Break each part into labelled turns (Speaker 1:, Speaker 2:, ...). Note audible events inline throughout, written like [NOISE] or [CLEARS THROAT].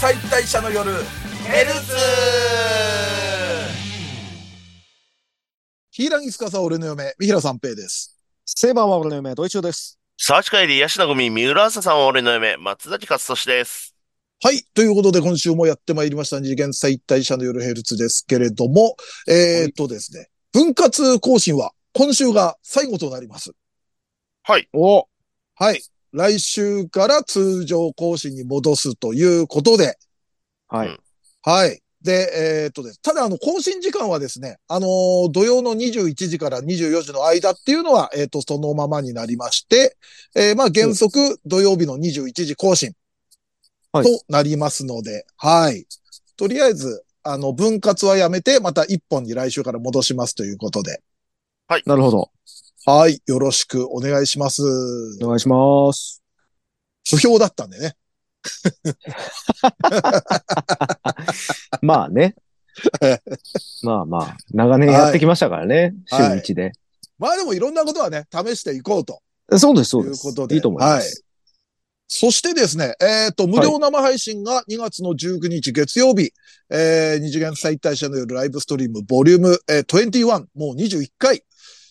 Speaker 1: 解体者の夜ヘルツ
Speaker 2: ヒーラギスカサ俺の嫁、三平三平です。
Speaker 3: セイバーは俺の夢、ドイチューです。
Speaker 4: サーチ会で癒しな組、三浦朝さんは俺の嫁、松崎勝利です。
Speaker 2: はい。ということで、今週もやってまいりました、二次元再退者の夜ヘルツですけれども、えー、っとですね、分割更新は今週が最後となります。
Speaker 3: お
Speaker 2: はい。来週から通常更新に戻すということで、
Speaker 3: はい
Speaker 4: うん
Speaker 2: はい。で、えーっとです。ただ、あの、更新時間はですね、あのー土曜の21時から24時の間っていうのは、えーっと、そのままになりまして、えーまあ、原則、土曜日の21時更新
Speaker 3: は
Speaker 2: と
Speaker 3: い
Speaker 2: なりますので、はい。とりあえず、あの、分割はやめて、また一本に来週から戻しますということで、
Speaker 3: なるほど。
Speaker 2: はい。よろしくお願いします。
Speaker 3: お願いします。
Speaker 2: 不評だったんでね。
Speaker 3: まあね。まあまあ、長年やってきましたからね。
Speaker 2: はい
Speaker 3: 週一で。
Speaker 2: まあでもいろんなことはね、試していこうと。
Speaker 3: そうです、そう
Speaker 2: とい
Speaker 3: で
Speaker 2: う
Speaker 3: す。
Speaker 2: ことで。
Speaker 3: いいと思います。
Speaker 2: そしてですね、えっ、と、無料生配信が2月の19日月曜日、えー、二次元再退者の夜ライブストリームボリューム、えー、21、もう21回、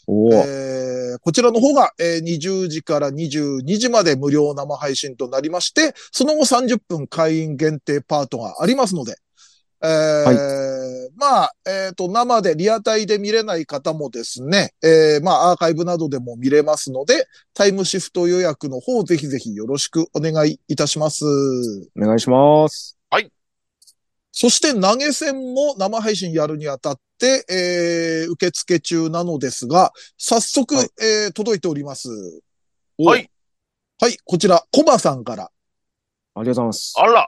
Speaker 3: おお、
Speaker 2: えーこちらの方が、えー、20時から22時まで無料生配信となりまして、その後30分会員限定パートがありますので、えーまあ、えっ、と、生でリアタイで見れない方もですね、えーまあ、アーカイブなどでも見れますので、タイムシフト予約の方、ぜひぜひよろしくお願いいたします。
Speaker 3: お願いします。
Speaker 2: そして投げ銭も生配信やるにあたって、えー、受付中なのですが、早速、
Speaker 3: はい
Speaker 2: えー届いております。
Speaker 4: はい。
Speaker 2: はい、こちら、コバさんから。
Speaker 3: ありがとうございます。
Speaker 4: あら、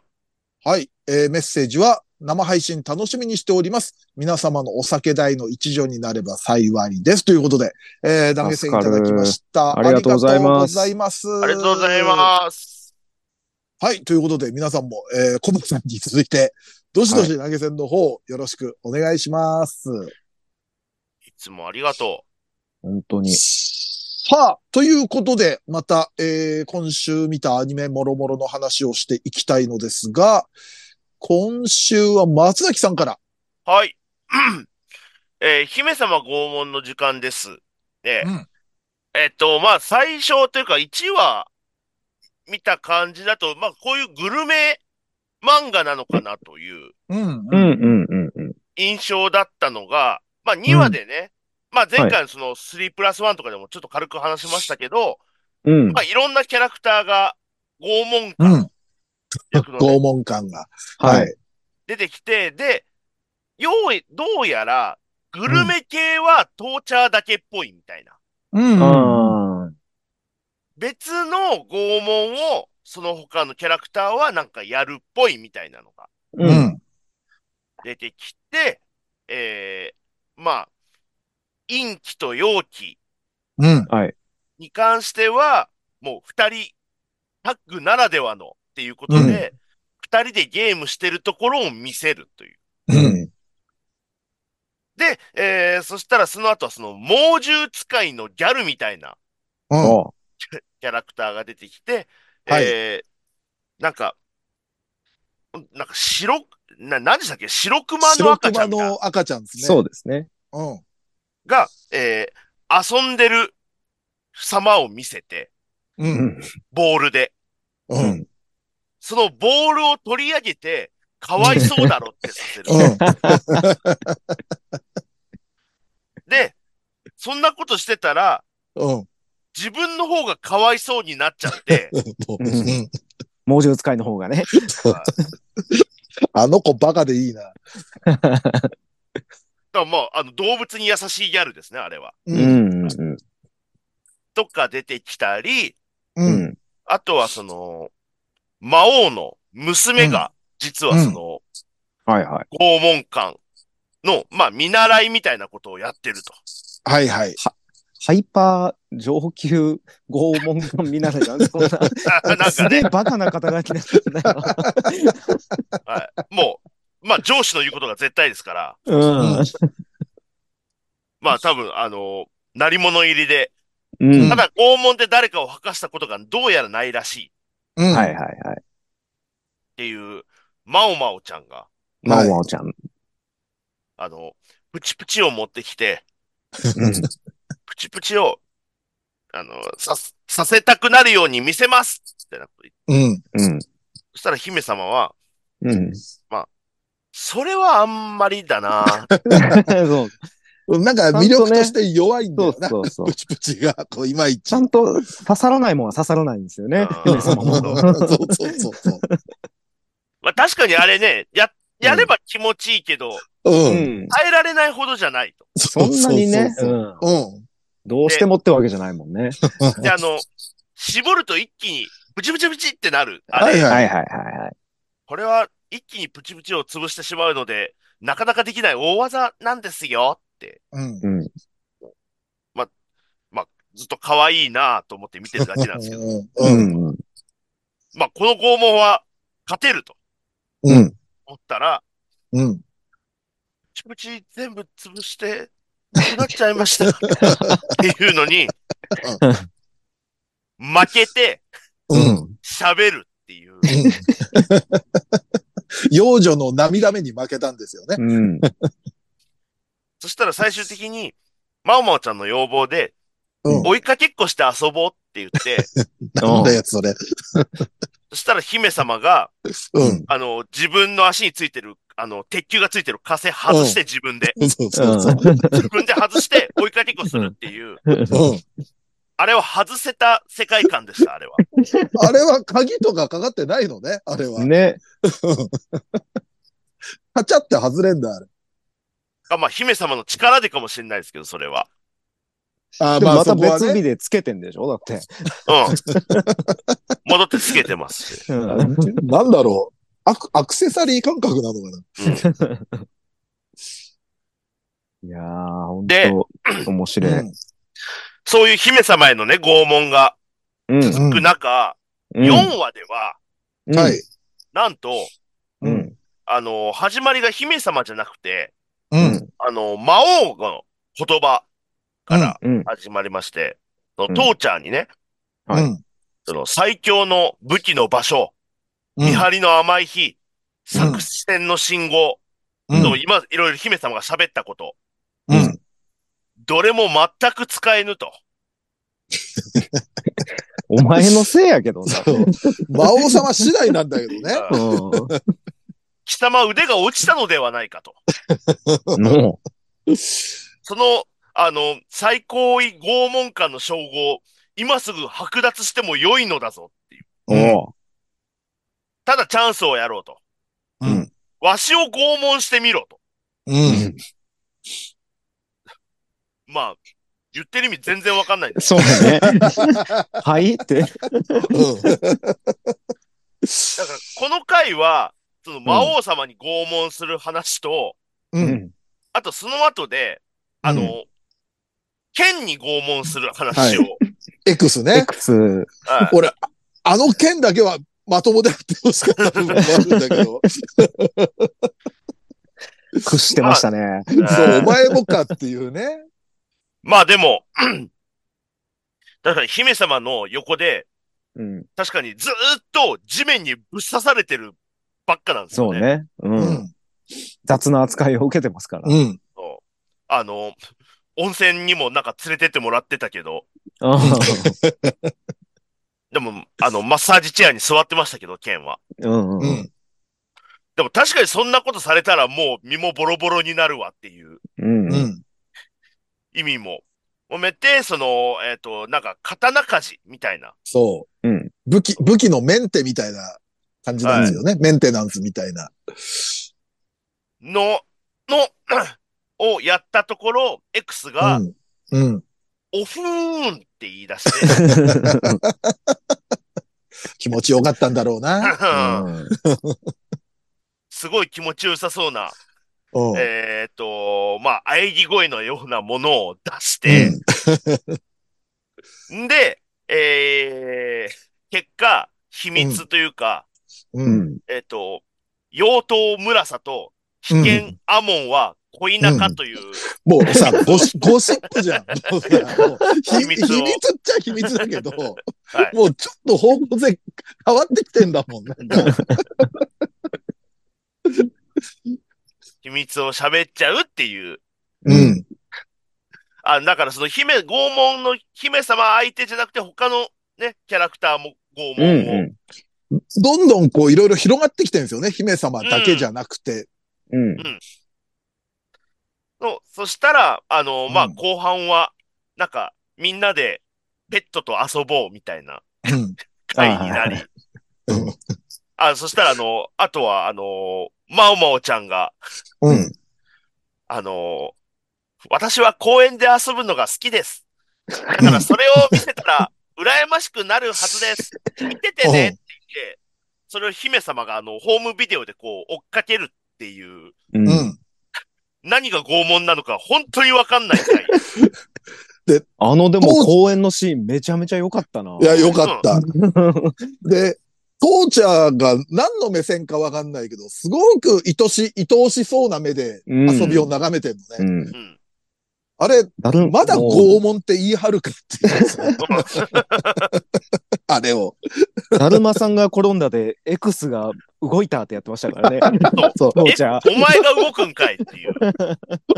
Speaker 2: はい、えーメッセージは、生配信楽しみにしております。皆様のお酒代の一助になれば幸いです。ということで、えー、投げ銭いただきました。
Speaker 3: 助かるありがとうございます
Speaker 2: ありがとうございます。
Speaker 4: ありがとうございます。
Speaker 2: はい。ということで、皆さんも、えー、小松さんに続いて、どしどし投げ銭の方、よろしくお願いします。
Speaker 4: いつもありがと
Speaker 3: 本当に。
Speaker 2: さあ、ということで、また、えー、今週見たアニメもろもろの話をしていきたいのですが、今週は松崎さんから。
Speaker 4: う。はい。うんえー姫様拷問の時間です。ね
Speaker 2: うん
Speaker 4: えっと、まあ、最初というか、1話見た感じだと、まあ、こういうグルメ漫画なのかなという
Speaker 2: うん、
Speaker 3: うんうんうんうん。
Speaker 4: 印象だったのが、まあ、2話でね、まあ、前回のその3プラス1とかでもちょっと軽く話しましたけど、
Speaker 3: うん
Speaker 4: ま。あ、いろんなキャラクターが拷問
Speaker 2: う
Speaker 4: 官
Speaker 2: ん。
Speaker 4: 役のね
Speaker 2: 拷問感が。
Speaker 3: は。
Speaker 2: はいい。
Speaker 4: 出てきて、で、よう、どうやら、グルメ系はトーチャーだけっぽいみたいな。
Speaker 2: うん
Speaker 3: あー
Speaker 4: 別の拷問を、その他のキャラクターはなんかやるっぽいみたいなのが
Speaker 3: う。
Speaker 2: うんん。
Speaker 4: 出てきて、えー、まあ、陰気と陽気
Speaker 2: うん。
Speaker 4: に関しては、もう二人、タッグならではのっていうことで、二、人でゲームしてるところを見せるという。
Speaker 2: うん。
Speaker 4: で、えー、そしたらその後はその猛獣使いのギャルみたいな
Speaker 2: うん。
Speaker 3: お
Speaker 4: キャラクターが出てきて、
Speaker 2: はい
Speaker 4: えー、なんか、んなんか白、な、何でしたっけ白熊の
Speaker 2: 白
Speaker 4: 赤ちゃ
Speaker 2: 熊
Speaker 4: んみたいな
Speaker 2: の赤ちゃんですね。
Speaker 3: そうですね。
Speaker 2: う。ん。
Speaker 4: が、えー、遊んでる様を見せて、
Speaker 2: う。
Speaker 3: うんん。
Speaker 4: ボールで。
Speaker 2: う。
Speaker 3: うんん。
Speaker 4: そのボールを取り上げて、かわいそうだろってさせる。
Speaker 2: [LAUGHS] うん。
Speaker 4: で、そんなことしてたら、
Speaker 2: うん。
Speaker 4: 自分の方がかわいそうになっちゃって、
Speaker 3: [LAUGHS]
Speaker 2: うん
Speaker 3: 猛獣使いの方がね。
Speaker 2: あの子バカでいいな。
Speaker 4: だからもう、あの、動物に優しいギャルですね、あれは。
Speaker 3: う
Speaker 2: うん
Speaker 3: うんうん。
Speaker 4: とか出てきたり、
Speaker 2: う。
Speaker 3: うんん。
Speaker 4: あとはその、魔王の娘が、実はその、
Speaker 3: はいはい。
Speaker 4: 拷問官の、まあ、見習いみたいなことをやってる
Speaker 3: [LAUGHS]
Speaker 4: と。
Speaker 2: はいはい。
Speaker 3: ハイパー上級拷問官見習いなんてこんな。
Speaker 4: あなん
Speaker 3: す
Speaker 4: か
Speaker 3: げえ
Speaker 4: ね、
Speaker 3: バカな肩書きなんだよ
Speaker 4: はい、もう、まあ、上司の言うことが絶対ですから、
Speaker 3: な。
Speaker 4: まあ、多分、あの、なり物入りで、
Speaker 3: うん。うん。
Speaker 4: た
Speaker 3: はい
Speaker 4: だ拷問で誰かを吐かしたことがどうやらないらしいっ
Speaker 2: うん。
Speaker 3: はいはい。
Speaker 4: ていうマオマオちゃんが、
Speaker 3: まおまおちゃん。
Speaker 4: あの、プチプチを持ってきて、
Speaker 3: うん
Speaker 4: プチプチを、あの、さ、させたくなるように見せますってなこと言って
Speaker 2: うん。
Speaker 3: うん。
Speaker 4: そしたら姫様は、
Speaker 3: うん。
Speaker 4: それはあんまりだ
Speaker 2: [LAUGHS]
Speaker 4: な。
Speaker 3: [LAUGHS] そう
Speaker 2: なんか魅力として弱いんだ
Speaker 3: そ
Speaker 2: よ
Speaker 3: う
Speaker 2: な。
Speaker 3: そうそう
Speaker 2: プ。チプチが、こう、いまいち。
Speaker 3: ちゃんと刺さらないもんは刺さらないんですよね。
Speaker 4: うん
Speaker 3: 姫様も。
Speaker 2: そうそうそうそう。
Speaker 4: まあ確かにあれね、や、やれば気持ちいいけど、
Speaker 3: う
Speaker 2: うん。
Speaker 3: ん。
Speaker 4: 耐えられないほどじゃないと。
Speaker 2: そ
Speaker 3: そんなにね、
Speaker 2: うそう
Speaker 3: うん
Speaker 2: そう
Speaker 3: どうしてもってわけじゃないもんね。
Speaker 4: で、あの、絞ると一気に、ブチブチブチってなる。あ
Speaker 2: はい
Speaker 4: れ、
Speaker 2: は。
Speaker 3: はいいはいはいはい。
Speaker 4: これは一気にプチプチを潰してしまうので、なかなかできない大技なんですよって、
Speaker 2: うん。
Speaker 3: うん。
Speaker 4: ずっと可愛いなぁと思って見てるだけなんですけど、
Speaker 2: う。
Speaker 3: うんん。うん
Speaker 4: まあこの拷問は勝てると
Speaker 2: うん。
Speaker 4: 思ったら、
Speaker 2: うん。
Speaker 4: プチプチ全部潰して、なくなっちゃいました。っていうのに、負けて
Speaker 2: うん。
Speaker 4: 喋るっていう。
Speaker 2: 幼女の涙目に負けたんですよね。
Speaker 3: うん。
Speaker 4: そしたら最終的に、まおまおちゃんの要望で、
Speaker 2: うん
Speaker 4: 追いかけっこして遊ぼうって言って、
Speaker 2: なんだよ、それ。
Speaker 4: そしたら姫様が、
Speaker 2: うん。
Speaker 4: あの、自分の足についてる、あの、鉄球がついてる枷外して自分で、
Speaker 2: そうそうそう。
Speaker 4: 自分で外して追いかけっこするっていう、
Speaker 2: うん。
Speaker 4: あれを外せた世界観でした、あれは。
Speaker 2: あれは鍵とかかかってないのね、あれは。
Speaker 3: ね。
Speaker 2: カチャって外れんだ、あれ。
Speaker 4: あまあ、姫様の力でかもしれないですけど、それは。
Speaker 2: あ
Speaker 3: でもまた
Speaker 2: そこは
Speaker 3: 別日
Speaker 2: ね。
Speaker 3: でつけてんでしょだって。
Speaker 2: [LAUGHS]
Speaker 4: うん。戻ってつけてます。
Speaker 3: うん
Speaker 2: なんだろう。アクアクセサリー感覚なのかな。
Speaker 4: うん
Speaker 3: いやー、ほん
Speaker 4: で
Speaker 3: と、面白い。
Speaker 4: そういう姫様へのね、拷問が
Speaker 3: うん。
Speaker 2: うん
Speaker 4: 続く中、
Speaker 3: うん
Speaker 4: 4話では、
Speaker 3: うん
Speaker 2: はい。
Speaker 4: なんと、
Speaker 3: うん。
Speaker 4: あの、始まりが姫様じゃなくて、
Speaker 2: うん。
Speaker 4: あの、魔王の言葉から
Speaker 3: うん。
Speaker 4: 始まりまして、そ
Speaker 3: うん
Speaker 4: の父ちゃんにね、
Speaker 2: う
Speaker 3: はい
Speaker 2: ん。
Speaker 4: その最強の武器の場所、見張りの甘い日、
Speaker 2: うん
Speaker 4: 作戦の信号、
Speaker 2: うん
Speaker 4: と今、いろいろ姫様が喋ったこと、
Speaker 2: うん。
Speaker 4: どれも全く使えぬと。
Speaker 3: お前のせいやけどな。
Speaker 2: そう。魔王様次第なんだけどね。
Speaker 4: あー貴様腕が落ちたのではないかと。
Speaker 3: うん。も
Speaker 4: その、あの、最高位拷問官の称号、今すぐ剥奪しても良いのだぞっていう。
Speaker 3: [LAUGHS] う、も
Speaker 4: ただチャンスをやろうと。
Speaker 2: うん。
Speaker 4: わしを拷問してみろと。
Speaker 2: う
Speaker 3: う。
Speaker 2: ん。
Speaker 4: まあ、言ってる意味全然わかんないです。
Speaker 3: そうだね。 [LAUGHS] はいって。
Speaker 4: だから、この回は、その魔王様に拷問する話と、
Speaker 2: うん。うん。
Speaker 3: ん。
Speaker 4: あとその後で、あの、
Speaker 2: う
Speaker 4: 剣に拷問する話を、
Speaker 2: X ね。
Speaker 3: X。
Speaker 4: はい
Speaker 2: 俺、ああの件だけはまともであってほしかった部分もあるんだけど、
Speaker 3: 屈してましたね。
Speaker 2: そう、お前もかっていうね。
Speaker 4: まあでも、 [CLEARS THROAT] 確かに姫様の横で、
Speaker 3: うん。
Speaker 4: 確かにずーっと地面にぶっ刺されてるばっかなんです
Speaker 3: そ
Speaker 4: よ
Speaker 3: う
Speaker 4: ね。
Speaker 3: ね。
Speaker 2: う
Speaker 3: うん。。雑な扱いを受けてますから。
Speaker 2: うん。
Speaker 4: そうあの、温泉にもなんか連れてってもらってたけど、
Speaker 3: あ
Speaker 4: でも、あの、マッサージチェアに座ってましたけど、剣は。
Speaker 3: ーうん
Speaker 2: う
Speaker 3: うん
Speaker 2: ん。
Speaker 4: でも確かにそんなことされたらもう身もボロボロになるわっていう
Speaker 3: うん
Speaker 2: う。ん。
Speaker 4: 意味も込めて、その、えっ、と、なんか刀鍛冶みたいな。
Speaker 2: そ
Speaker 3: うん。
Speaker 2: う。武器、武器のメンテみたいな感じなんですよね。メンテナンスみたいな。
Speaker 4: の、の、 [CLEARS THROAT] をやったところ、X が、
Speaker 2: うん。うん。
Speaker 4: おふーんって言い出して、
Speaker 2: 気持ちよかったんだ [LAUGHS] ろうな。
Speaker 3: [LAUGHS]
Speaker 4: [LAUGHS] すごい気持ちよさそうな、
Speaker 2: うん。
Speaker 4: えっ、と、まあ、喘ぎ声のようなものを出して、んで、えー、結果、秘密というか、
Speaker 2: う。
Speaker 3: うんん。
Speaker 4: えっ、と、妖刀村里と危険アモンは恋仲という、
Speaker 2: もうさ、ゴシゴシップじゃん。もうさもうひ秘
Speaker 4: 秘密
Speaker 2: 密
Speaker 4: を
Speaker 2: っちゃ秘密だけど、
Speaker 4: はい
Speaker 2: もうちょっと方向性変わってきてんだもん。なんか
Speaker 4: 秘密を喋っちゃうっていう。
Speaker 2: うん。
Speaker 4: あ、だからその姫、拷問の姫様相手じゃなくて他のね、キャラクターも拷
Speaker 3: うん
Speaker 4: 問を。
Speaker 2: どんどんこういろいろ広がってきてるんですよね。姫様だけじゃなくて。
Speaker 3: うん。
Speaker 4: のそしたら、あの、まあ、
Speaker 2: うん
Speaker 4: 後半は、なんか、みんなでペットと遊ぼうみたいな
Speaker 2: うん。
Speaker 4: 会になり。
Speaker 2: うん
Speaker 4: あ、そしたら、あの、あとは、あの、まおまおちゃんが、
Speaker 2: うん。
Speaker 4: あの、私は公園で遊ぶのが好きです。だからそれを見せたら、羨ましくなるはずです。見ててねって言って、それを姫様があの、ホームビデオでこう、追っかけるっていう、
Speaker 3: うん
Speaker 2: う
Speaker 3: うん。
Speaker 2: ん。
Speaker 4: 何が拷問なのか本当にわかんない回。 [LAUGHS]
Speaker 3: あの、でも
Speaker 2: 当時
Speaker 3: 公演のシーンめちゃめちゃ良かったな。
Speaker 2: いや、よかった。
Speaker 3: う
Speaker 2: で、トーチャーが何の目線かわかんないけど、すごく愛し、愛おしそうな目で
Speaker 3: ん
Speaker 2: 遊びを眺めてるの
Speaker 3: う
Speaker 2: ね。
Speaker 3: ん。
Speaker 4: うん。
Speaker 2: あれ、
Speaker 3: 誰も
Speaker 2: まだ
Speaker 3: も
Speaker 2: 拷問って言い張るかっていうや [LAUGHS] つねあれを。
Speaker 3: うだるまさんが転んだで、X が動いたってやってましたからね。
Speaker 2: そう
Speaker 3: 父ちゃん。
Speaker 4: お前が動くんかいっていう。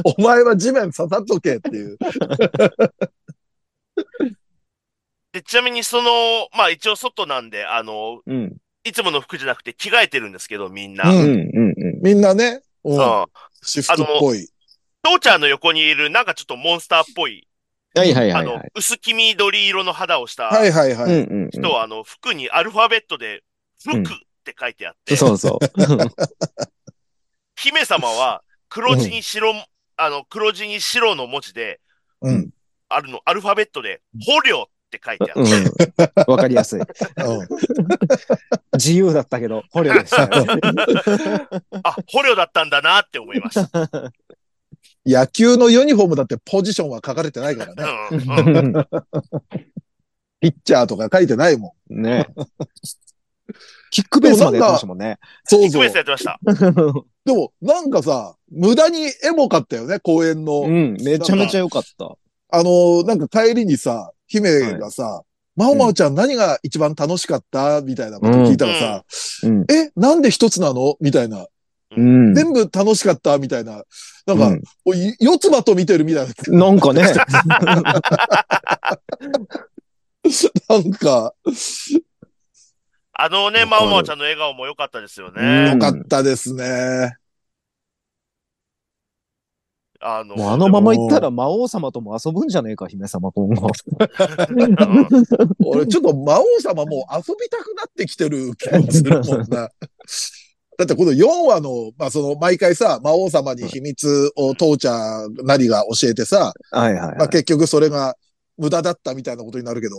Speaker 2: [LAUGHS] お前は地面刺さっとけっていう。
Speaker 4: で、ちなみにその、まあ一応外なんで、あの、
Speaker 3: うん。
Speaker 4: いつもの服じゃなくて着替えてるんですけど、みんな。
Speaker 2: う
Speaker 3: うんん。うん。うん。
Speaker 2: みんなね、うん、
Speaker 4: そう。
Speaker 2: 私服っぽい。
Speaker 4: 父ちゃんの横にいる、なんかちょっとモンスターっぽい、
Speaker 3: はいはいは
Speaker 4: あ
Speaker 3: いは
Speaker 4: の
Speaker 3: い。、
Speaker 4: 薄黄緑色の肌をした
Speaker 2: はいはいはい。
Speaker 3: うんうん
Speaker 4: 人は、あの、服にアルファベットで、服
Speaker 3: う
Speaker 4: っ
Speaker 3: ん
Speaker 4: て [LAUGHS] 書いてあっ
Speaker 3: う
Speaker 4: て
Speaker 3: ん。、そうそう。
Speaker 4: 姫様は
Speaker 3: [LAUGHS]
Speaker 4: 黒字に白、あの、黒字に白の文字で、
Speaker 2: うん。
Speaker 4: あるの、アルファベットで、捕虜って書いてあ
Speaker 3: う
Speaker 4: って、
Speaker 3: ん。わかりやすい。
Speaker 2: うん
Speaker 3: 自由だったけど、捕虜でしたよね。
Speaker 4: あ、捕虜だったんだなって思いました。
Speaker 2: 野球のユニフォームだってポジションは書かれてないから
Speaker 3: [LAUGHS]
Speaker 2: ね。
Speaker 4: うんうん
Speaker 2: ピッチャーとか書いてないもん。
Speaker 3: ねキックベースまでやってましたもんね。
Speaker 2: そう
Speaker 4: リク
Speaker 2: そう
Speaker 4: エスト。やってました。
Speaker 2: でも、なんかさ、無駄にエモかったよね、公園の。
Speaker 3: うん。めちゃめちゃ良かった。
Speaker 2: あのーなんか帰りにさ、姫がさ、まおまおちゃん何が一番楽しかったみたいなこと聞いたらさ、
Speaker 3: うん。
Speaker 2: え、なんで一つなのみたいな。
Speaker 3: うん。
Speaker 2: 全部楽しかったみたいな。なんか、
Speaker 3: うん
Speaker 2: おい四つ葉と見てるみたいな。
Speaker 3: なんかね。
Speaker 2: なんか、
Speaker 4: あのね、
Speaker 3: わかる
Speaker 4: まおまおちゃんの笑顔も良かったですよ
Speaker 3: うん
Speaker 4: ね
Speaker 2: よ。かったですね。
Speaker 4: あの、
Speaker 3: もうあのまま行ったら魔王様とも遊ぶんじゃねえか、姫様今後。
Speaker 4: うん
Speaker 2: 俺、ちょっと魔王様もう遊びたくなってきてる気もするもんな。だってこの4話の、まあその毎回さ、魔王様に秘密を父ちゃんなりが教えてさ、
Speaker 3: はいはい
Speaker 2: まあ結局それが無駄だったみたいなことになるけど、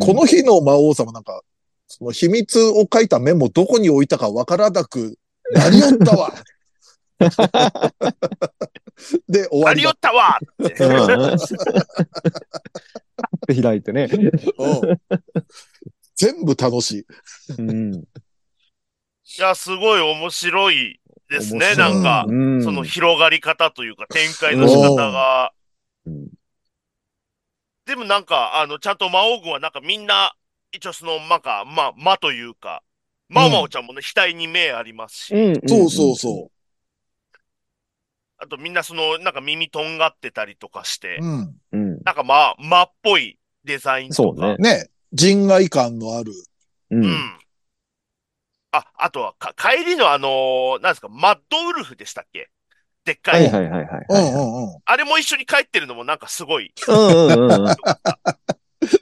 Speaker 2: この日の魔王様なんか、その秘密を書いたメモどこに置いたかわからなく、なりよったわ
Speaker 3: [LAUGHS]
Speaker 2: で、終わ
Speaker 4: あ
Speaker 2: り
Speaker 4: り
Speaker 2: だ
Speaker 4: よ
Speaker 2: っ
Speaker 4: ったわって
Speaker 3: うんって開いてね。
Speaker 2: た。うん全部楽しい。
Speaker 3: うん。
Speaker 4: いや、すごい面白いです
Speaker 3: 面白
Speaker 4: ね。な
Speaker 3: い
Speaker 4: んか、
Speaker 3: うん
Speaker 4: その広がり方というか、展開の仕方が。
Speaker 3: うん
Speaker 4: でもなんか、あの、ちゃんと魔王軍はなんかみんな、一応その、なんか、まあ、魔というか、まおまおちゃんもね、額に目ありますし、
Speaker 3: うん
Speaker 2: そうそうそ
Speaker 4: あとみんなその、なんか耳とんがってたりとかして
Speaker 2: う。、うん。
Speaker 3: うん。
Speaker 4: なんかまあ、魔っぽいデザイン
Speaker 3: そ
Speaker 4: と
Speaker 3: う
Speaker 4: か。
Speaker 3: ね。
Speaker 2: ね、人外感のある。
Speaker 3: う。
Speaker 4: うんん。あ、あとはか、帰りのあのーなんですか、マッドウルフでしたっけでっか
Speaker 3: はい
Speaker 4: い。
Speaker 3: はいはいは
Speaker 2: うんう
Speaker 3: い。
Speaker 2: んうん。
Speaker 4: あれも一緒に帰ってるのもなんかすごい。
Speaker 3: うんうんうん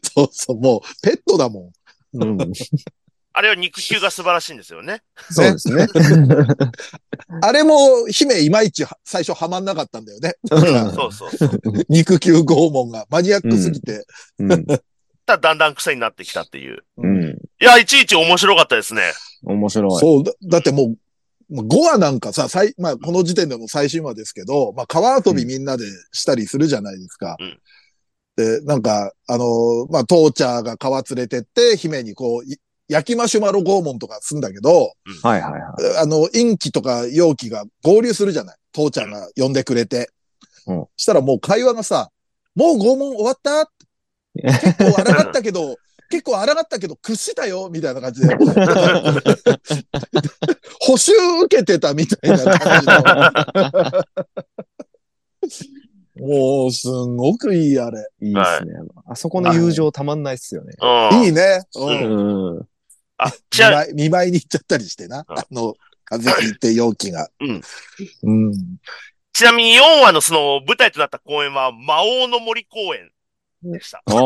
Speaker 2: そうそう、もうペットだもん。
Speaker 3: うんうん。
Speaker 4: あれは肉球が素晴らしいんですよね。
Speaker 3: そうですね。
Speaker 2: あれも姫いまいちは最初ハマんなかったんだよね。
Speaker 3: うん
Speaker 4: そうそうそう。
Speaker 2: 肉球拷問がマニアックすぎて。
Speaker 3: うん。
Speaker 4: ただだんだん癖になってきたっていう。
Speaker 3: うん。
Speaker 4: いや、いちいち面白かったですね。
Speaker 3: 面白い。
Speaker 2: そうだ、だってもう、もう5話なんかさ、最まあ、この時点でも最新話ですけど、まあ、川遊びみんなでしたりするじゃないですか。
Speaker 4: うん
Speaker 2: で、なんか、あのーまあ、トーチャーが川連れてって、姫にこう、い焼きマシュマロ拷問とかすんだけど、
Speaker 3: はいはいは
Speaker 2: あの、陰気とか陽気が合流するじゃない。父ちゃんが呼んでくれて。
Speaker 3: うん
Speaker 2: したらもう会話がさ、もう拷問終わった結構荒かったけど、結構荒がったけど屈したよ、みたいな感じで。補修受けてたみたいな感じの。もう、すんごくいい、あれ。
Speaker 3: いいですね。あそこの友情たまんないっすよね。
Speaker 4: うん。
Speaker 2: いいね。う
Speaker 4: うん
Speaker 2: ん。
Speaker 3: うん。
Speaker 4: あ、
Speaker 2: 見
Speaker 4: じゃあ、
Speaker 2: 舞い見舞いに行っちゃったりしてな。
Speaker 4: うん
Speaker 2: あの、風邪ひいて陽気が。
Speaker 4: うん。
Speaker 2: うん。
Speaker 4: ちなみに4話のその舞台となった公演は魔王の森公演でした。
Speaker 3: あ
Speaker 2: 魔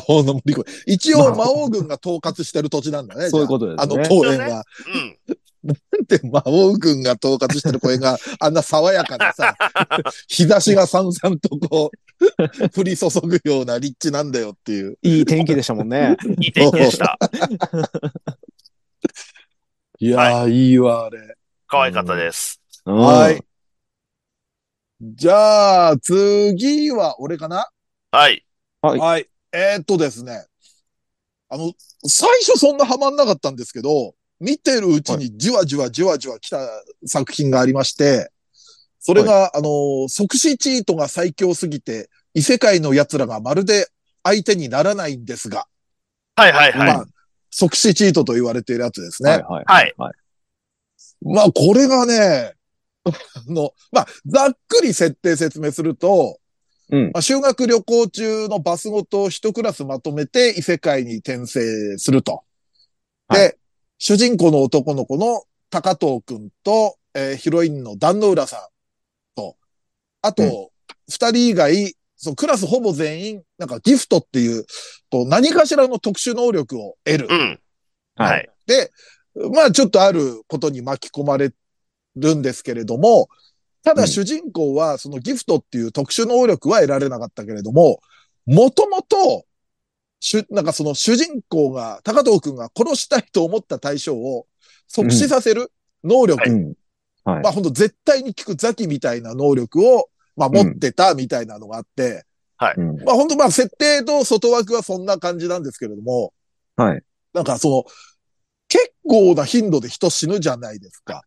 Speaker 2: 法の森公園。一応、魔王軍が統括してる土地なんだね。
Speaker 3: あ、そういう
Speaker 2: と
Speaker 3: ことです
Speaker 2: あの
Speaker 3: ね。
Speaker 2: 公園は。
Speaker 4: うん。
Speaker 2: なんで魔王軍が統括してる公園
Speaker 3: [LAUGHS]
Speaker 2: があんな爽やかなさ、日差しがさんさんとこう、降り注ぐような立地なんだよっていう。
Speaker 3: いい天気でしたもんね。
Speaker 4: いい天気でした。
Speaker 2: いやー、い、いわ、あれ。
Speaker 4: 可愛かったです。
Speaker 2: はい。。じゃあ、次は俺かな
Speaker 4: はい。
Speaker 3: はい
Speaker 2: はい。えーっとですね。あの、最初そんなハマんなかったんですけど、見てるうちにじわじわじわじわ来た作品がありまして、それが、あの、即死チートが最強すぎて、異世界の奴らがまるで相手にならないんですが、
Speaker 4: はいはいはい。
Speaker 2: まあ、即死チートと言われているやつですね。
Speaker 3: はいはい。はい。
Speaker 2: まあ、これがね、あの、まあ、ざっくり設定説明すると、
Speaker 3: うん
Speaker 2: まあ、修学旅行中のバスごと一クラスまとめて異世界に転生すると。で、
Speaker 3: は
Speaker 2: 主人公の男の子の高藤くんと、えーヒロインの壇ノ浦さんと、あ
Speaker 3: うん
Speaker 2: と、二、人以外、そのクラスほぼ全員、なんかギフトっていう、と何かしらの特殊能力を得る
Speaker 4: う。ん。はい。
Speaker 2: で、まあちょっとあることに巻き込まれるんですけれども、た
Speaker 3: う
Speaker 2: だ
Speaker 3: ん
Speaker 2: 主人公はそのギフトっていう特殊能力は得られなかったけれども、もともと、主なんかその主人公が、高藤くんが殺したいと思った対象を即死させる能力、
Speaker 3: うん。はい
Speaker 2: まあ。本当絶対に効くザキみたいな能力を、まあ持ってたみたいなのがあって、
Speaker 3: うん
Speaker 2: まあ本当まあ設定と外枠はそんな感じなんですけれども、
Speaker 3: はい。
Speaker 2: なんかその、結構な頻度で人死ぬじゃないですか。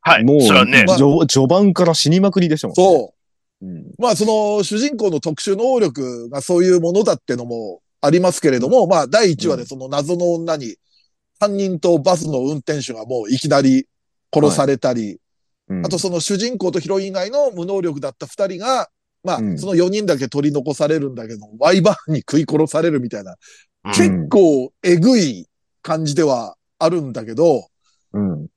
Speaker 4: はい。
Speaker 3: もう、
Speaker 4: それはね、
Speaker 3: 序序盤から死にまくりでしたもんね。。
Speaker 2: そう
Speaker 3: うん。
Speaker 2: う。まあその主人公の特殊能力がそういうものだってのもありますけれども、まあ第1話でその謎の女に、犯人とバスの運転手がもういきなり殺されたり、
Speaker 3: うん
Speaker 2: あと、その主人公とヒロイン以外の無能力だった二人が、まあ、
Speaker 3: うん
Speaker 2: その4人だけ取り残されるんだけど、ワイバーンに食い殺されるみたいな、
Speaker 4: うん
Speaker 2: 結構えぐい感じではあるんだけど、
Speaker 3: うん。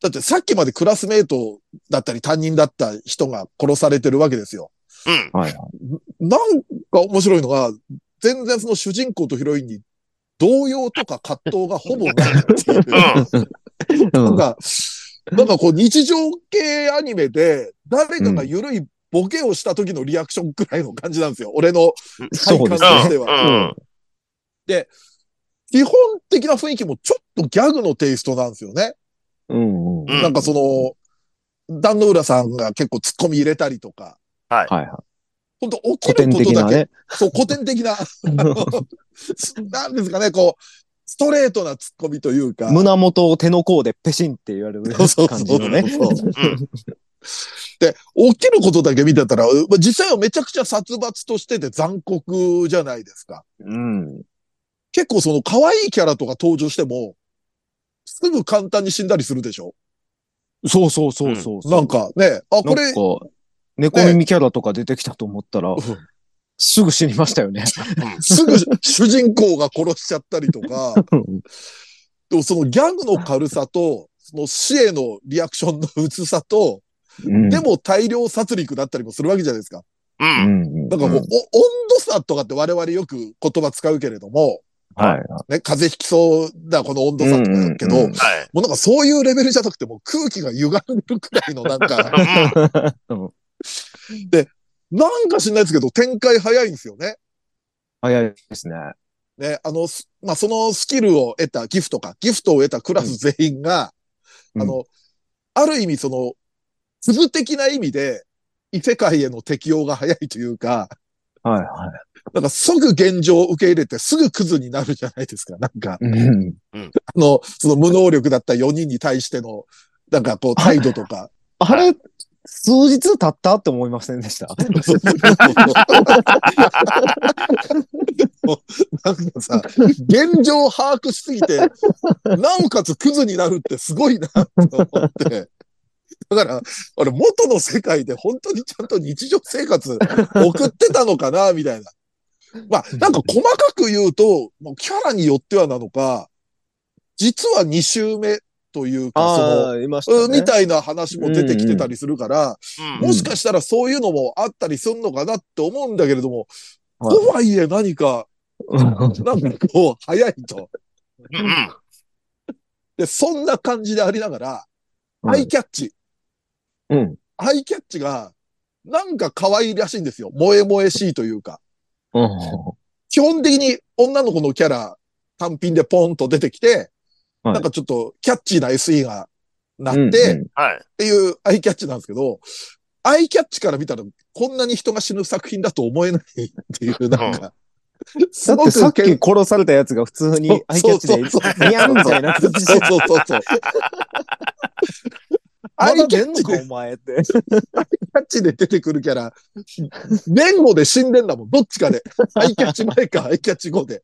Speaker 2: だってさっきまでクラスメイトだったり担任だった人が殺されてるわけですよ。
Speaker 4: うん。
Speaker 3: はいはい。
Speaker 2: なんか面白いのが、全然その主人公とヒロインに動揺とか葛藤がほぼないっていう。
Speaker 4: うん。
Speaker 2: なんか、なんかこう日常系アニメで、誰かが緩いボケをした時のリアクションくらいの感じなんですよ。俺の体
Speaker 3: そ
Speaker 2: 感
Speaker 3: うで
Speaker 2: と
Speaker 3: すね
Speaker 2: しては。
Speaker 4: うん。
Speaker 2: 基本的な雰囲気もちょっとギャグのテイストなんですよね。
Speaker 3: うん。うん。
Speaker 4: うん
Speaker 2: なんかその、壇ノ浦さんが結構ツッコミ入れたりとか、
Speaker 3: はいは
Speaker 2: 本当
Speaker 3: い。
Speaker 2: 起
Speaker 3: 古
Speaker 2: きる
Speaker 3: 典
Speaker 2: こと
Speaker 3: 的
Speaker 2: だ
Speaker 3: な
Speaker 2: け、
Speaker 3: ね。
Speaker 2: そう、古典的な、 [LAUGHS] なんですかね、こう、ストレートなツッコミというか。
Speaker 3: 胸元を手の甲でペシンって言わ [LAUGHS] れる
Speaker 2: そうそう
Speaker 3: 感じのね。
Speaker 2: そう
Speaker 4: うん。
Speaker 2: で、起きることだけ見てたら、うまあ実際はめちゃくちゃ殺伐としてて残酷じゃないですか。
Speaker 3: うん。
Speaker 2: 結構その可愛いキャラとか登場しても、すぐ簡単に死んだりするでしょ
Speaker 3: そうそうそうそう。
Speaker 2: なん、かね、あ、こ
Speaker 3: な
Speaker 2: れ
Speaker 3: んか、、猫耳キャラとか出てきたと思ったら、すぐ死にましたよね。
Speaker 2: すぐ [LAUGHS] 主人公が殺しちゃったりと
Speaker 3: [LAUGHS]
Speaker 2: か、でもそのギャグの軽さと、その死へのリアクションの薄さと、
Speaker 3: うん
Speaker 2: で、も大量殺戮だったりもするわけじゃないですか。
Speaker 4: う。
Speaker 3: うんん。
Speaker 2: なんかもう、お温度差とかって我々よく言葉使うけれども、
Speaker 3: はい。
Speaker 2: ね、風邪ひきそうなこの温度差とかだけど、
Speaker 3: うんうんうん
Speaker 4: はい。
Speaker 2: もうなんかそういうレベルじゃなくてもう空気が歪んでるくらいのなん
Speaker 3: [LAUGHS]
Speaker 2: か、
Speaker 4: うん。
Speaker 2: なんかしないですけど展開早いんですよね。
Speaker 3: 早いですね。
Speaker 2: ね、あの、すまあ、そのスキルを得たギフトか、ギフトを得たクラス全員が、
Speaker 3: うん
Speaker 2: あの、ある意味その、粒的な意味で、異世界への適応が早いというか、
Speaker 3: はいは
Speaker 2: なんか即現状を受け入れてすぐクズになるじゃないですか、なんか。
Speaker 3: い。うん。
Speaker 2: あの、その無能力だった4人に対しての、なんかこう態度とか。
Speaker 3: あれ、数日経ったって思いませんでした。
Speaker 2: なんかさ、現状把握しすぎて、なおかつクズになるってすごいな、と思って。だから、俺、元の世界で本当にちゃんと日常生活送ってたのかな、みたいな。まあ、なんか細かく言うと、もうキャラによってはなのか、実は2周目というか、その
Speaker 3: [LAUGHS] あ、あ、いまし
Speaker 2: う
Speaker 3: た
Speaker 2: ん
Speaker 3: ね。
Speaker 2: みたいな話も出てきてたりするから、
Speaker 4: うん
Speaker 2: もしかしたらそういうのもあったりするのかなって思うんだけれども、
Speaker 3: はい
Speaker 2: とはいえ何か、なんかこう、早いと。
Speaker 4: うんうん
Speaker 2: で、そんな感じでありながら、アイキャッチ、
Speaker 3: うん。
Speaker 2: アイキャッチが、なんか可愛いらしいんですよ。萌え萌えしいというか。
Speaker 3: うん。
Speaker 2: 基本的に女の子のキャラ単品でポンと出てきて、
Speaker 3: はい
Speaker 2: なんかちょっとキャッチーな SE がなって、
Speaker 3: うん
Speaker 2: っ
Speaker 3: うん
Speaker 4: はい。
Speaker 2: ていうアイキャッチなんですけど、アイキャッチから見たらこんなに人が死ぬ作品だと思えないっていう、なんか、
Speaker 3: だ
Speaker 2: す
Speaker 3: っ
Speaker 2: ご
Speaker 3: て
Speaker 2: く
Speaker 3: さっき殺されたやつが普通にアイキャッチで、
Speaker 2: そうそうそう
Speaker 3: ニャンみたいな感じ
Speaker 2: そう
Speaker 3: で、
Speaker 2: そうそうそう。ア
Speaker 3: [LAUGHS] ま
Speaker 2: イ
Speaker 3: だ
Speaker 2: キャ
Speaker 3: 出
Speaker 2: ッ
Speaker 3: ん
Speaker 2: チ
Speaker 3: の
Speaker 2: で
Speaker 3: か、お前って。
Speaker 2: キャッチで出てくるキャラ、前後で死んでんだもん、どっちかで。アイキャッチ前か、アイキャッチ後で。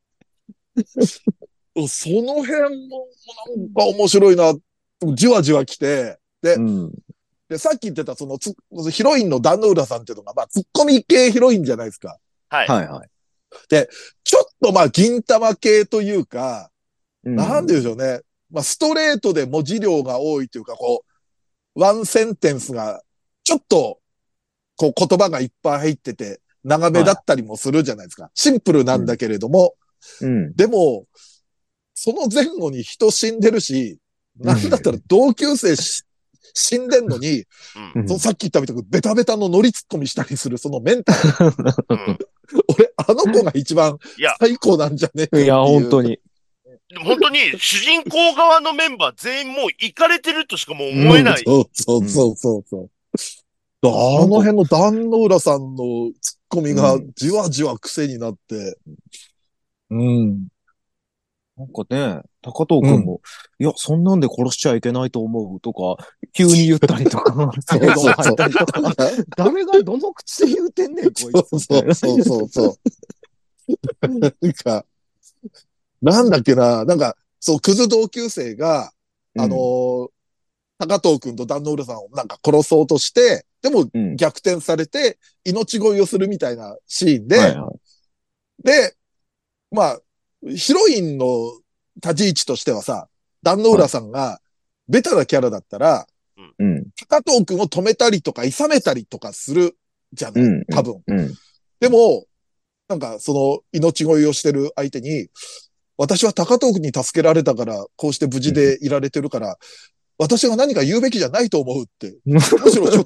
Speaker 2: その辺も、なんか面白いな、じわじわ来て、
Speaker 3: うん。
Speaker 2: で、さっき言ってた、そのつ、ヒロインの壇ノ浦さんっていうのが、まあ、ツッコミ系ヒロインじゃないですか。
Speaker 4: はい。
Speaker 3: はいはい。
Speaker 2: ちょっとまあ、銀玉系というか、
Speaker 3: う
Speaker 2: なんででしょうね。まあ、ストレートで文字量が多いというか、こう、ワンセンテンスが、ちょっと、こう、言葉がいっぱい入ってて、長めだったりもするじゃないですか。シンプルなんだけれども、
Speaker 3: うん。
Speaker 2: でも、その前後に人死んでるし、なんだったら同級生し死んでんのに、
Speaker 4: うん
Speaker 3: うん
Speaker 2: そのさっき言ったみたいにベタベタのノリツッコミしたりする、そのメンタル。
Speaker 4: うん
Speaker 2: 俺、あの子が一番
Speaker 4: いや
Speaker 2: 最高なんじゃねえかって
Speaker 3: いや、本当
Speaker 2: に。
Speaker 3: に。
Speaker 4: でも本当に主人公側のメンバー全員もう行かれてるとしかもう思えない。
Speaker 2: そうそうそうそうそう。あの辺の壇ノ浦さんのツッコミが
Speaker 3: うん
Speaker 2: じわじわ癖になって、うん。
Speaker 3: なんかね、高藤くんも、いや、そんなんで殺しちゃいけないと思うとか、急に言ったりとか、
Speaker 2: [LAUGHS] そ
Speaker 3: そうう
Speaker 2: そう
Speaker 3: [LAUGHS] 入ったりとか、誰がどの口で言うてんねん、こいつ。
Speaker 2: そうそうそうそう。なんか、なんだっけな、なんか、そう、クズ同級生が、あのー高藤くんと壇ノ浦さんをなんか殺そうとして、でも
Speaker 3: うん、うん。
Speaker 2: 逆転されて、命乞いをするみたいなシーンで、
Speaker 3: はいはい
Speaker 2: で、まあ、ヒロインの立ち位置としてはさ、壇ノ浦さんが、ベタなキャラだったら、
Speaker 3: うん。
Speaker 2: 高藤くんを止めたりとか、諌めたりとかするじゃない、
Speaker 3: うん
Speaker 2: 多分。
Speaker 3: うん。
Speaker 2: でも、なんか、その、命乞いをしてる相手に、私は高藤くんに助けられたから、こうして無事でいられてるから、私が何か言うべきじゃないと思う
Speaker 3: [LAUGHS]
Speaker 2: って。むしろちょっと、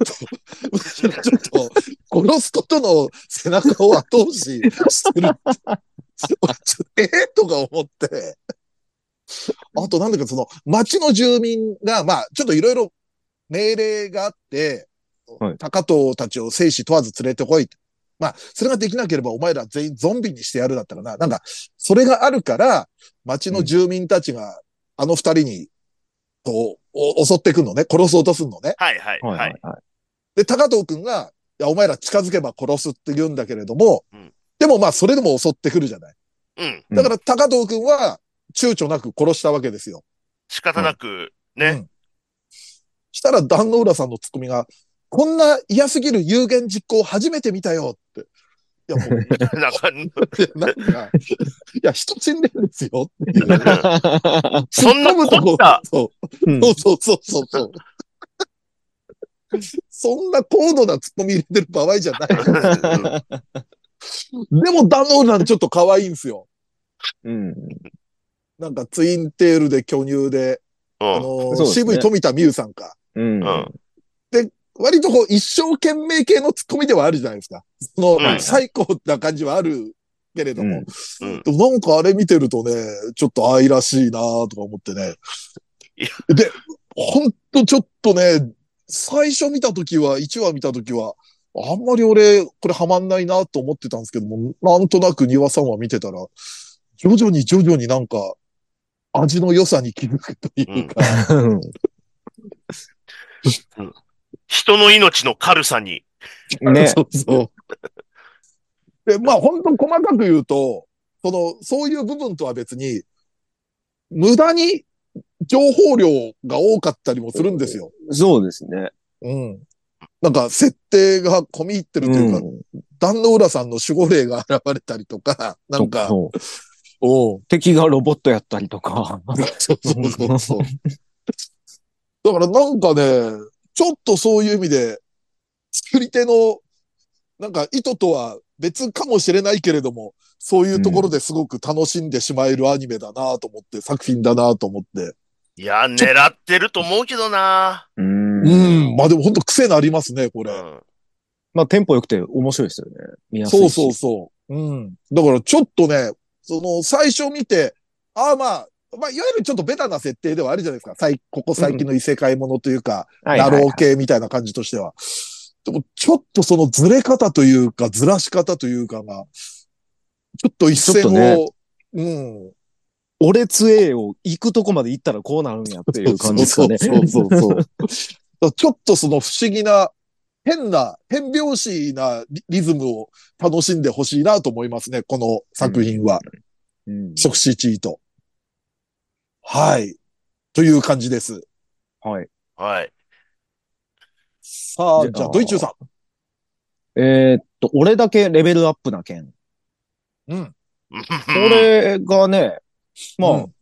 Speaker 2: むしろちょっと、殺すことの背中を後押ししてるって。ちょ [LAUGHS] っとえーとか思って。あと、なんだか、その、町の住民が、まあ、ちょっといろいろ命令があって、
Speaker 3: はい
Speaker 2: 高藤たちを生死問わず連れてこいってまあ、それができなければお前ら全員ゾンビにしてやるだったかな。なんか、それがあるから、町の住民たちが、あの二人に、こう、お襲ってくんのね。殺そうとすんのね。
Speaker 4: はいはい
Speaker 3: はい
Speaker 4: は
Speaker 3: はいい。はい。
Speaker 2: で、高藤くんが、いや、お前ら近づけば殺すって言うんだけれども、
Speaker 4: うん
Speaker 2: でもまあ、それでも襲ってくるじゃない。
Speaker 4: うん。
Speaker 2: だから、高藤くんは、躊躇なく殺したわけですよ。
Speaker 4: 仕方なく
Speaker 2: う
Speaker 4: ね。
Speaker 2: んしたら、壇ノ浦さんのツッコミが、こんな嫌すぎる有言実行初めて見たよって。いや、も
Speaker 4: [LAUGHS]
Speaker 2: う、
Speaker 4: なんか、
Speaker 2: なんか、いや、人死んでるんですよっていう。
Speaker 4: そ
Speaker 2: [LAUGHS]
Speaker 4: んな凝った、
Speaker 2: そう
Speaker 3: うん
Speaker 2: そうそうそうそう。そんな高度なツッコミ入れてる場合じゃない。でも、ダノーランちょっと可愛いんですよ。
Speaker 3: うん。
Speaker 2: なんか、ツインテールで巨乳で、
Speaker 4: うん
Speaker 2: あのー
Speaker 3: そうですね
Speaker 2: 渋い富田美優さんか。
Speaker 3: うん。
Speaker 4: うん
Speaker 2: 割とこう、一生懸命系のツッコミではあるじゃないですか。その、
Speaker 4: うん
Speaker 2: 最高な感じはあるけれど
Speaker 4: うんう
Speaker 2: も。
Speaker 4: ん
Speaker 2: でもなんかあれ見てるとね、ちょっと愛らしいなとか思ってね
Speaker 4: い。
Speaker 2: で、ほんとちょっとね、最初見たときは、1話見たときは、あんまり俺、これハマんないなと思ってたんですけども、なんとなく2話3話見てたら、徐々に徐々になんか、味の良さに気づくというか、
Speaker 3: うん
Speaker 4: 人の命の軽さに。
Speaker 2: [LAUGHS]
Speaker 3: ね。 [LAUGHS]
Speaker 2: そうそう。で、まあ、本当細かく言うと、その、そういう部分とは別に、無駄に情報量が多かったりもするんですよ。
Speaker 3: そうですね。
Speaker 2: うん。なんか、設定が込み入ってるというか、
Speaker 3: うん
Speaker 2: 壇の浦さんの守護霊が現れたりとか、なんか、
Speaker 3: そうそう
Speaker 2: おう
Speaker 3: 敵がロボットやったりとか。
Speaker 2: そうそうそうそう。だからなんかね、ちょっとそういう意味で、作り手の、なんか意図とは別かもしれないけれども、そういうところですごく楽しんでしまえるアニメだなと思って、作品だなと思って。
Speaker 4: いや、狙ってると思うけどな。
Speaker 3: うん
Speaker 2: うん、まあでも本当癖なりますね、こ
Speaker 4: う
Speaker 2: れ。
Speaker 4: ん。
Speaker 3: まあ、テンポ良くて面白いですよね。見やすい
Speaker 2: そう
Speaker 3: し
Speaker 2: そうそう。うん。だからちょっとね、その最初見て、ああまあ、まあ、いわゆるちょっとベタな設定ではあるじゃないですか。最ここ最近の異世界ものというか、
Speaker 3: はい
Speaker 2: ナ
Speaker 3: はいはい
Speaker 2: ロー系みたいな感じとしては。でも、ちょっとそのずれ方というか、ずらし方というかが、ちょっと一線を、
Speaker 3: ち
Speaker 2: うん。
Speaker 3: 俺つえを行くとこまで行ったらこうなるんやっていう感じですかね。
Speaker 2: そうそうそうそう [LAUGHS] そう。だからちょっとその不思議な、変な、変拍子なリリズムを楽しんでほしいなと思いますね、この作品は。
Speaker 3: [LAUGHS] うん
Speaker 2: 即死チート。はい。という感じです。
Speaker 3: はい。
Speaker 4: はい。
Speaker 2: さあ、じ
Speaker 3: じ
Speaker 2: ゃ
Speaker 3: ゃ
Speaker 2: あ、
Speaker 3: あ
Speaker 2: ドイチューさ
Speaker 3: えーっと、俺だけレベルアップな件。
Speaker 2: ん。うん。
Speaker 3: これがね、まあ、
Speaker 2: うん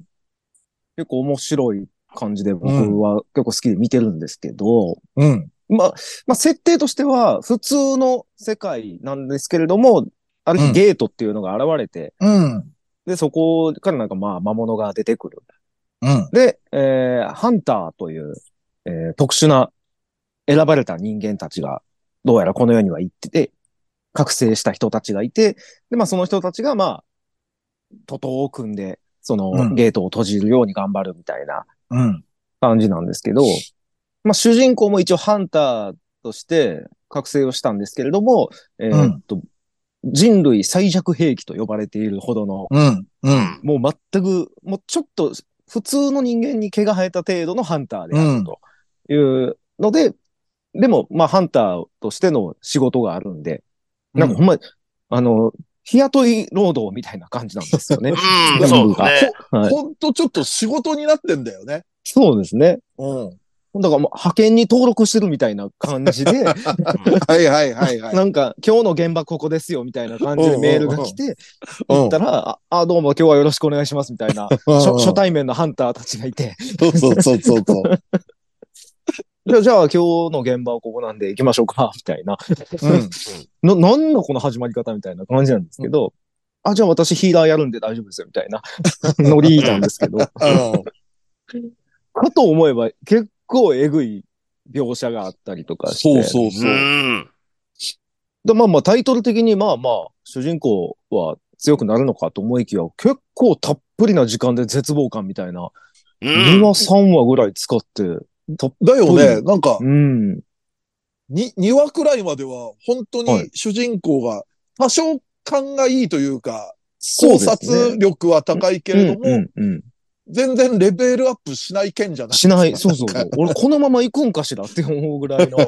Speaker 3: 結構面白い感じで僕は結構好きで見てるんですけど、
Speaker 2: うん。
Speaker 3: まあ、まあ、設定としては普通の世界なんですけれども、ある
Speaker 2: うん
Speaker 3: 日ゲートっていうのが現れて、
Speaker 2: うん。
Speaker 3: で、そこからなんかまあ魔物が出てくる。
Speaker 2: うん。
Speaker 3: で、えーハンターという、えー特殊な選ばれた人間たちが、どうやらこの世には行ってて、覚醒した人たちがいて、で、まあその人たちが、まあ、徒党を組んで、その、
Speaker 2: うん
Speaker 3: ゲートを閉じるように頑張るみたいな
Speaker 2: うん。
Speaker 3: 感じなんですけど、まあ主人公も一応ハンターとして覚醒をしたんですけれども、えーっと、人類最弱兵器と呼ばれているほどの、
Speaker 2: うん。
Speaker 4: う
Speaker 2: う。
Speaker 4: んん。
Speaker 3: もう全く、もうちょっと普通の人間に毛が生えた程度のハンターであるというので、でも、まあ、ハンターとしての仕事があるんで、なんかほんま、あの、日雇い労働みたいな感じなんですよ
Speaker 2: [LAUGHS]
Speaker 3: ね。
Speaker 4: うん、そうだね。
Speaker 3: はい
Speaker 2: ほんとちょっと仕事になってんだよね。
Speaker 3: そうですね。
Speaker 2: うん。
Speaker 3: だからもう派遣に登録してるみたいな感じで、
Speaker 2: はいはいはいはい。
Speaker 3: なんか今日の現場ここですよみたいな感じでメールが来て、
Speaker 2: うん
Speaker 3: 行ったら、ああ、どうも今日はよろしくお願いしますみた
Speaker 2: [LAUGHS]
Speaker 3: いな、初初対面のハンターたちがいて、
Speaker 2: そうそうそうそうそう。
Speaker 3: じゃあ、じゃあ今日の現場はここなんで行きましょうか、みたいな。
Speaker 2: うん。
Speaker 3: な、なんだこの始まり方みたいな感じなんですけど、あ、じゃあ私ヒーラーやるんで大丈夫ですよ、みたいな [LAUGHS] ノリなんですけど、かと思えば結構えぐい描写があったりとかして。
Speaker 2: そうそう
Speaker 4: う
Speaker 2: そう。
Speaker 4: ん。
Speaker 3: でまあまあタイトル的にまあまあ、主人公は強くなるのかと思いきや、結構たっぷりな時間で絶望感みたいな、
Speaker 4: う
Speaker 3: 2
Speaker 4: ん。
Speaker 3: 話3話ぐらい使って、たっ
Speaker 2: だよね。なんか、
Speaker 3: うん。
Speaker 2: に、2話くらいまでは、本当
Speaker 3: は
Speaker 2: に
Speaker 3: い
Speaker 2: 主人公が、多少感がいいというか、
Speaker 3: そ
Speaker 2: 考
Speaker 3: うです
Speaker 2: 察
Speaker 3: ね
Speaker 2: 力は高いけれども、
Speaker 3: うんうんうん
Speaker 2: 全然レベルアップしない件じゃない
Speaker 3: しない、そうそうそう。俺、このまま行くんかしらって思うぐら
Speaker 2: [LAUGHS]
Speaker 3: いの。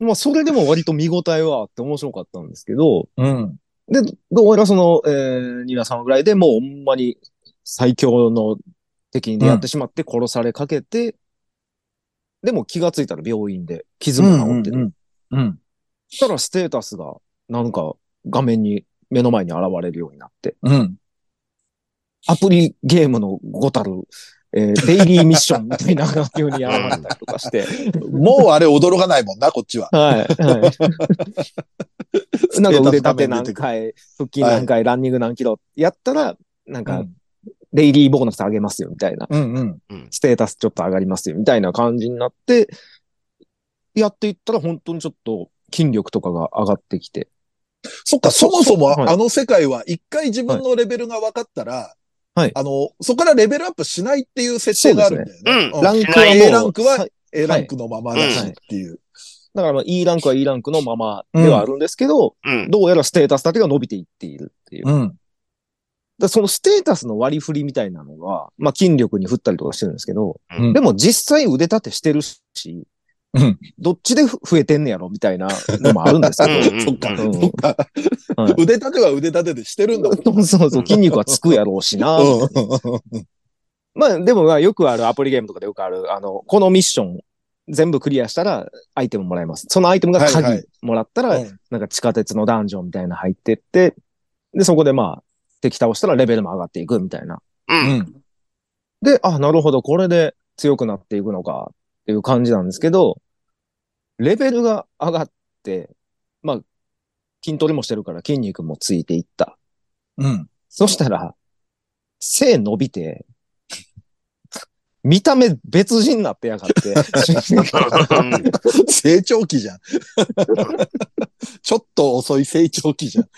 Speaker 3: まあ、それでも割と見応えはあって面白かったんですけど、
Speaker 2: うん。
Speaker 3: で、どうやらその、えー、ニナさんぐらいでもうほんまに最強の敵に出会ってしまって殺されかけて、でも気がついたら病院で傷も治ってる。
Speaker 2: うん。
Speaker 3: そしたらステータスがなんか画面に目の前に現れるようになって、 [LAUGHS]
Speaker 2: うん。
Speaker 3: アプリゲームのごたる、えーデイリーミッションみたいな風に現れたりとかして、
Speaker 2: もうあれ驚かないもんな、こっちは。
Speaker 3: はい。はい。なんか腕立て
Speaker 2: 画面
Speaker 3: 何
Speaker 2: 出てく
Speaker 3: 回、腹筋何回、ランニング何キロやったら、なん
Speaker 2: う
Speaker 3: か
Speaker 2: ん、
Speaker 3: デイリーボーナス上げますよ、みたいな。
Speaker 2: うんうん。
Speaker 3: ステータスちょっと上がりますよ、みたいな感じになって、やっていったら本当にちょっと筋力とかが上がってきて。
Speaker 2: そっか、そ
Speaker 3: そ
Speaker 2: もそも
Speaker 3: はい
Speaker 2: あの世界は一回自分のレベルが分かったら、
Speaker 3: はい
Speaker 2: あの、そこからレベルアップしないっていう設定があるんだよ
Speaker 4: う
Speaker 2: ね。
Speaker 4: ん。
Speaker 3: ランク
Speaker 4: しない
Speaker 3: は
Speaker 2: A
Speaker 3: もう
Speaker 2: ランクは
Speaker 3: さ
Speaker 2: A ランクのままだしっていう。
Speaker 3: だからまあ E ランクは E ランクのままではあるんですけど、
Speaker 4: うん。
Speaker 3: どうやらステータスだけが伸びていっているっていう。
Speaker 2: ん。
Speaker 3: だからそのステータスの割り振りみたいなのが、まあ筋力に振ったりとかしてるんですけど、
Speaker 2: うん
Speaker 3: でも実際腕立てしてるし、
Speaker 2: うん
Speaker 3: どっちでふ増えてんねやろみたいなのもあるんですけ
Speaker 2: [LAUGHS]
Speaker 3: ど。
Speaker 4: うん
Speaker 2: そっか、
Speaker 3: うん
Speaker 2: そっか。
Speaker 3: はい
Speaker 2: 腕立ては腕立てでしてるんだもん。
Speaker 3: そうそうそう、筋肉はつくやろうしな。
Speaker 2: うん
Speaker 3: まあ、でもまあ、よくあるアプリゲームとかでよくある、あの、このミッション、全部クリアしたら、アイテムもらえます。そのアイテムが
Speaker 2: はいは
Speaker 3: 鍵
Speaker 2: い
Speaker 3: もらったら、
Speaker 2: うん
Speaker 3: なんか地下鉄のダンジョンみたいなの入ってって、で、そこでまあ、敵倒したらレベルも上がっていくみたいな。
Speaker 4: うん。
Speaker 2: うん
Speaker 3: で、あ、なるほど、これで強くなっていくのかっていう感じなんですけど、レベルが上がって、まあ、筋トレもしてるから筋肉もついていった。
Speaker 2: うん。
Speaker 3: そしたら、背伸びて、見た目別人になってやがって。
Speaker 2: 成長期じゃん。 [LAUGHS] ちょっと遅い成長期じゃん。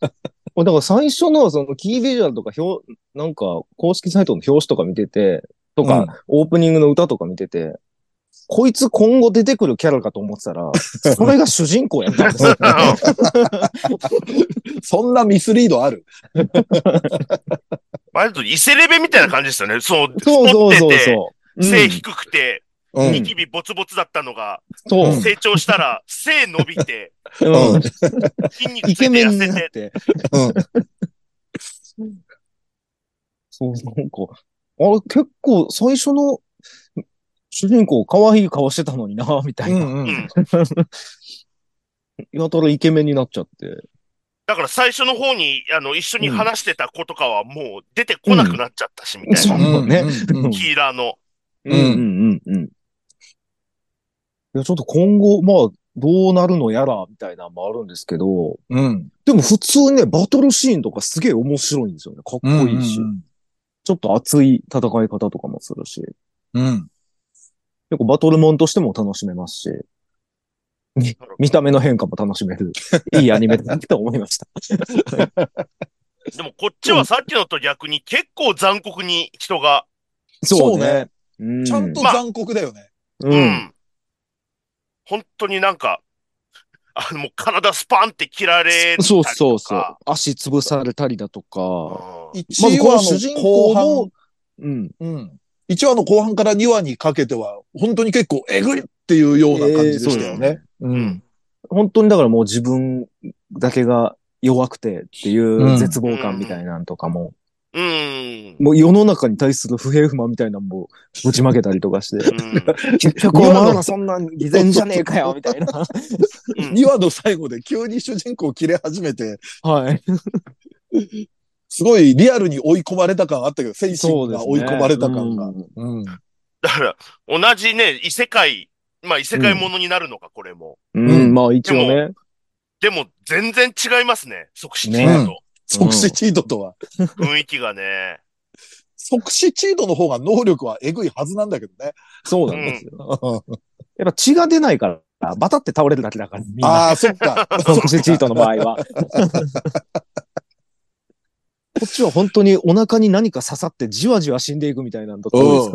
Speaker 3: だから最初のそのキービジュアルとか表、なんか公式サイトの表紙とか見てて、とか、
Speaker 2: うん
Speaker 3: オープニングの歌とか見てて、こいつ今後出てくるキャラかと思ってたら、それが主人公やったんですよ。
Speaker 2: そんなミスリードある
Speaker 4: 割と伊勢レベみたいな感じですよね。そう、
Speaker 3: そうそう
Speaker 4: 太
Speaker 3: そう
Speaker 4: って
Speaker 3: そう。
Speaker 4: て背
Speaker 3: うん
Speaker 4: 低くて、
Speaker 2: う
Speaker 4: ニ
Speaker 2: ん。
Speaker 4: キビボツボツだったのが、
Speaker 3: そうう。
Speaker 4: 成長したら、背伸びて、
Speaker 3: うん
Speaker 4: 筋肉
Speaker 3: イ
Speaker 4: つ
Speaker 3: ケ
Speaker 4: い
Speaker 3: メ
Speaker 4: て
Speaker 3: ン
Speaker 4: 痩
Speaker 3: に
Speaker 4: せ、
Speaker 3: なってて。
Speaker 2: うん
Speaker 3: そう、なんか、あれ結構最初の主人公可愛い顔してたのにな、みたいな。
Speaker 2: うんう
Speaker 4: うんん。
Speaker 3: やたらイケメンになっちゃって。
Speaker 4: だから最初の方に、あの、一緒に話してた子とかはもう出てこなくなっちゃったし、みたい
Speaker 3: そ
Speaker 4: な。
Speaker 3: うね。
Speaker 2: うんうん
Speaker 4: ヒーラーの。
Speaker 2: うんうん
Speaker 3: んうんうん。いや、ちょっと今後、まあ、どうなるのやら、みたいなのもあるんですけど、
Speaker 2: うん。
Speaker 3: でも普通にね、バトルシーンとかすげえ面白いんですよね。かっこ
Speaker 2: うん。
Speaker 3: いいし、ちょっと熱い戦い方とかもするし、
Speaker 2: うん。
Speaker 3: 結構バトルモンとしても楽しめますし、
Speaker 2: [LAUGHS]
Speaker 3: み見た目の変化も楽しめる、いいアニメだなって思いました。
Speaker 4: でもこっちはさっきのと逆に結構残酷に人が、
Speaker 2: そうね。
Speaker 3: う
Speaker 2: ちゃんと残酷だよね。
Speaker 3: う。
Speaker 4: うんん本当になんか、あの、もう体スパンって切られたりとか。
Speaker 3: そうそうそう。足潰されたりだとか。
Speaker 4: うん
Speaker 2: 一
Speaker 3: まずこ
Speaker 2: 応
Speaker 3: の
Speaker 2: あ
Speaker 3: 主人
Speaker 2: の
Speaker 3: 公
Speaker 2: 後半
Speaker 3: の、うん。
Speaker 2: うん。1話の後半から2話にかけては、本当に結構えぐいっていうような感じでしたよね。う。
Speaker 4: うんん
Speaker 3: 本当にだからもう自分だけが弱くてっていう絶望感みたいなのとかも、
Speaker 4: うん。
Speaker 3: もう世の中に対する不平不満みたいなのもぶちまけたりとかして、
Speaker 4: [LAUGHS] うん
Speaker 3: 結局お前らそんな偽善じゃねえかよ、みたいな。
Speaker 4: うん
Speaker 2: 2話の最後で急に主人公切れ始めて、
Speaker 3: [LAUGHS] はい。
Speaker 2: すごいリアルに追い込まれた感あったけど、精神が追い込まれた感が。
Speaker 3: うん
Speaker 2: うん。
Speaker 4: だから、同じね、異世界、まあ異世界ものになるのか、これも。
Speaker 3: うん、まあ一応ね。
Speaker 4: でも、全然違いますね。即死チーム
Speaker 2: 即死チートとは。
Speaker 4: と。雰囲気がね。
Speaker 2: 即死チートの方が能力はえぐいはずなんだけどね。
Speaker 3: そうなんですよ。
Speaker 2: あ
Speaker 3: [LAUGHS] やっぱ血が出ないから、バタって倒れるだけだから、みんな。
Speaker 2: あ、そっか。
Speaker 3: 即死チートの場合は。こっちは本当にお腹に何か刺さってじわじわ死んでいくみたいなのとか多いです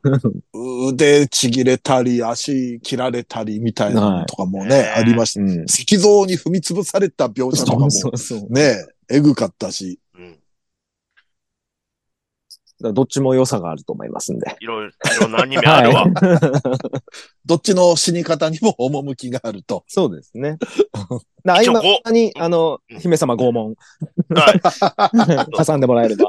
Speaker 3: から
Speaker 4: うん。
Speaker 3: ね。
Speaker 2: 腕ちぎれたり、足切られたりみたいなのとかもね、
Speaker 4: はい
Speaker 2: ありました。
Speaker 3: うん
Speaker 2: 石像に踏み潰された描写とかも
Speaker 3: そうそうそう。だか
Speaker 2: ね、えぐかったし。
Speaker 4: うん
Speaker 3: らどっちも良さがあると思いますんで。
Speaker 4: いろいろ、いろんなアニメあるわ。
Speaker 2: どっちの死に方にも [LAUGHS] 趣があると。
Speaker 3: そうですね。な
Speaker 4: 一応
Speaker 3: 今
Speaker 4: ご
Speaker 3: に、あの、
Speaker 4: うん
Speaker 3: 姫様
Speaker 4: [LAUGHS]
Speaker 3: 拷問。
Speaker 4: はい
Speaker 3: 挟んでもらえれば。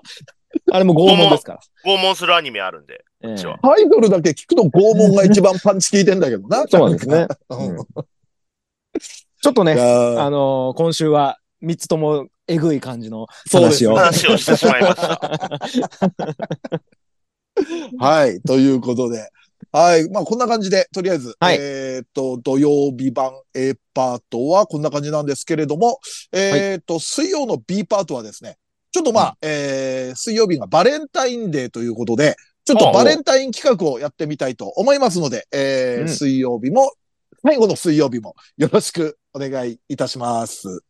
Speaker 3: あれも拷問ですから。
Speaker 4: 拷問するアニメあるんで。
Speaker 3: ええ
Speaker 4: ちは
Speaker 2: タイトルだけ聞くと拷問が一番パンチ効いてんだけどな。
Speaker 3: そうなんですね。
Speaker 2: うん。
Speaker 3: うんちょっと
Speaker 2: い
Speaker 3: ね、
Speaker 2: やー
Speaker 3: あの今週は3つともえぐい感じの
Speaker 2: そうです
Speaker 3: 話
Speaker 2: ね
Speaker 3: を。
Speaker 4: 話をしてしまいました。
Speaker 2: はい。ということで。はい。まあ、こんな感じで、とりあえず、
Speaker 3: はい
Speaker 2: えーっと、土曜日版 A パートはこんな感じなんですけれども、えーっと、水曜の B パートはですね、ちょっとまあ、えー水曜日がバレンタインデーということで、ちょっとバレンタイン企画をやってみたいと思いますので、えー
Speaker 3: うん
Speaker 2: 水曜日も、最後の水曜日もよろしくお願いいたします。